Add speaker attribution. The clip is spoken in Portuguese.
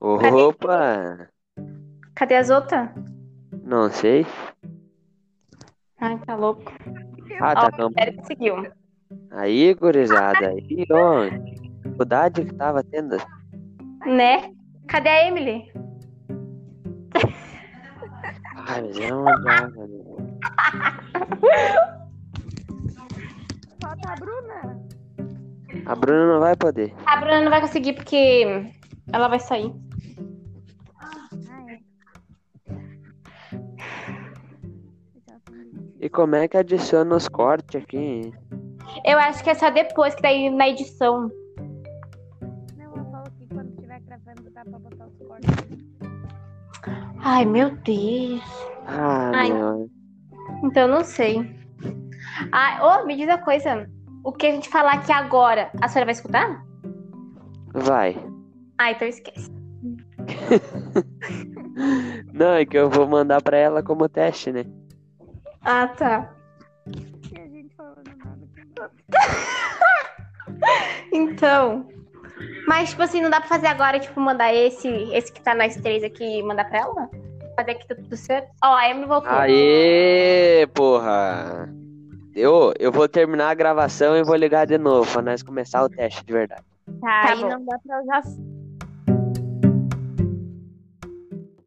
Speaker 1: Opa!
Speaker 2: Cadê as outras?
Speaker 1: Não sei.
Speaker 2: Ai, tá louco.
Speaker 1: Ah,
Speaker 2: Ó,
Speaker 1: tá
Speaker 2: o
Speaker 1: bom.
Speaker 2: Rogério conseguiu.
Speaker 1: Aí, gurizada. Aí, ó. Dificuldade que tava tendo.
Speaker 2: Né? Cadê a Emily?
Speaker 1: Ai, mas é uma droga, meu.
Speaker 3: Falta tá a Bruna.
Speaker 1: A Bruna não vai poder.
Speaker 2: A Bruna não vai conseguir porque ela vai sair.
Speaker 3: Ah, é. Eu já vi.
Speaker 1: E como é que adiciona os cortes aqui? hein?
Speaker 2: Eu acho que é só depois, que daí na edição.
Speaker 3: Não, eu falo que quando estiver gravando dá pra botar os cortes.
Speaker 2: Ai, meu Deus.
Speaker 1: Ah,
Speaker 2: Ai.
Speaker 1: meu.
Speaker 2: Então não sei. Ai, ô, me diz uma coisa. O que a gente falar aqui agora, a senhora vai escutar?
Speaker 1: Vai.
Speaker 2: Ah, então esquece.
Speaker 1: Não, é que eu vou mandar pra ela como teste, né?
Speaker 2: Ah, tá.
Speaker 3: E a gente falando nada que
Speaker 2: Então. Mas, tipo assim, não dá pra fazer agora, tipo, mandar esse, esse que tá nós três aqui e mandar pra ela? Fazer aqui tá tudo certo? Ó, a Emily voltou.
Speaker 1: Aê, porra! Eu, eu vou terminar a gravação e vou ligar de novo pra nós começar o teste de verdade.
Speaker 2: Tá,
Speaker 3: Tá
Speaker 2: aí
Speaker 3: bom.
Speaker 2: não dá pra usar.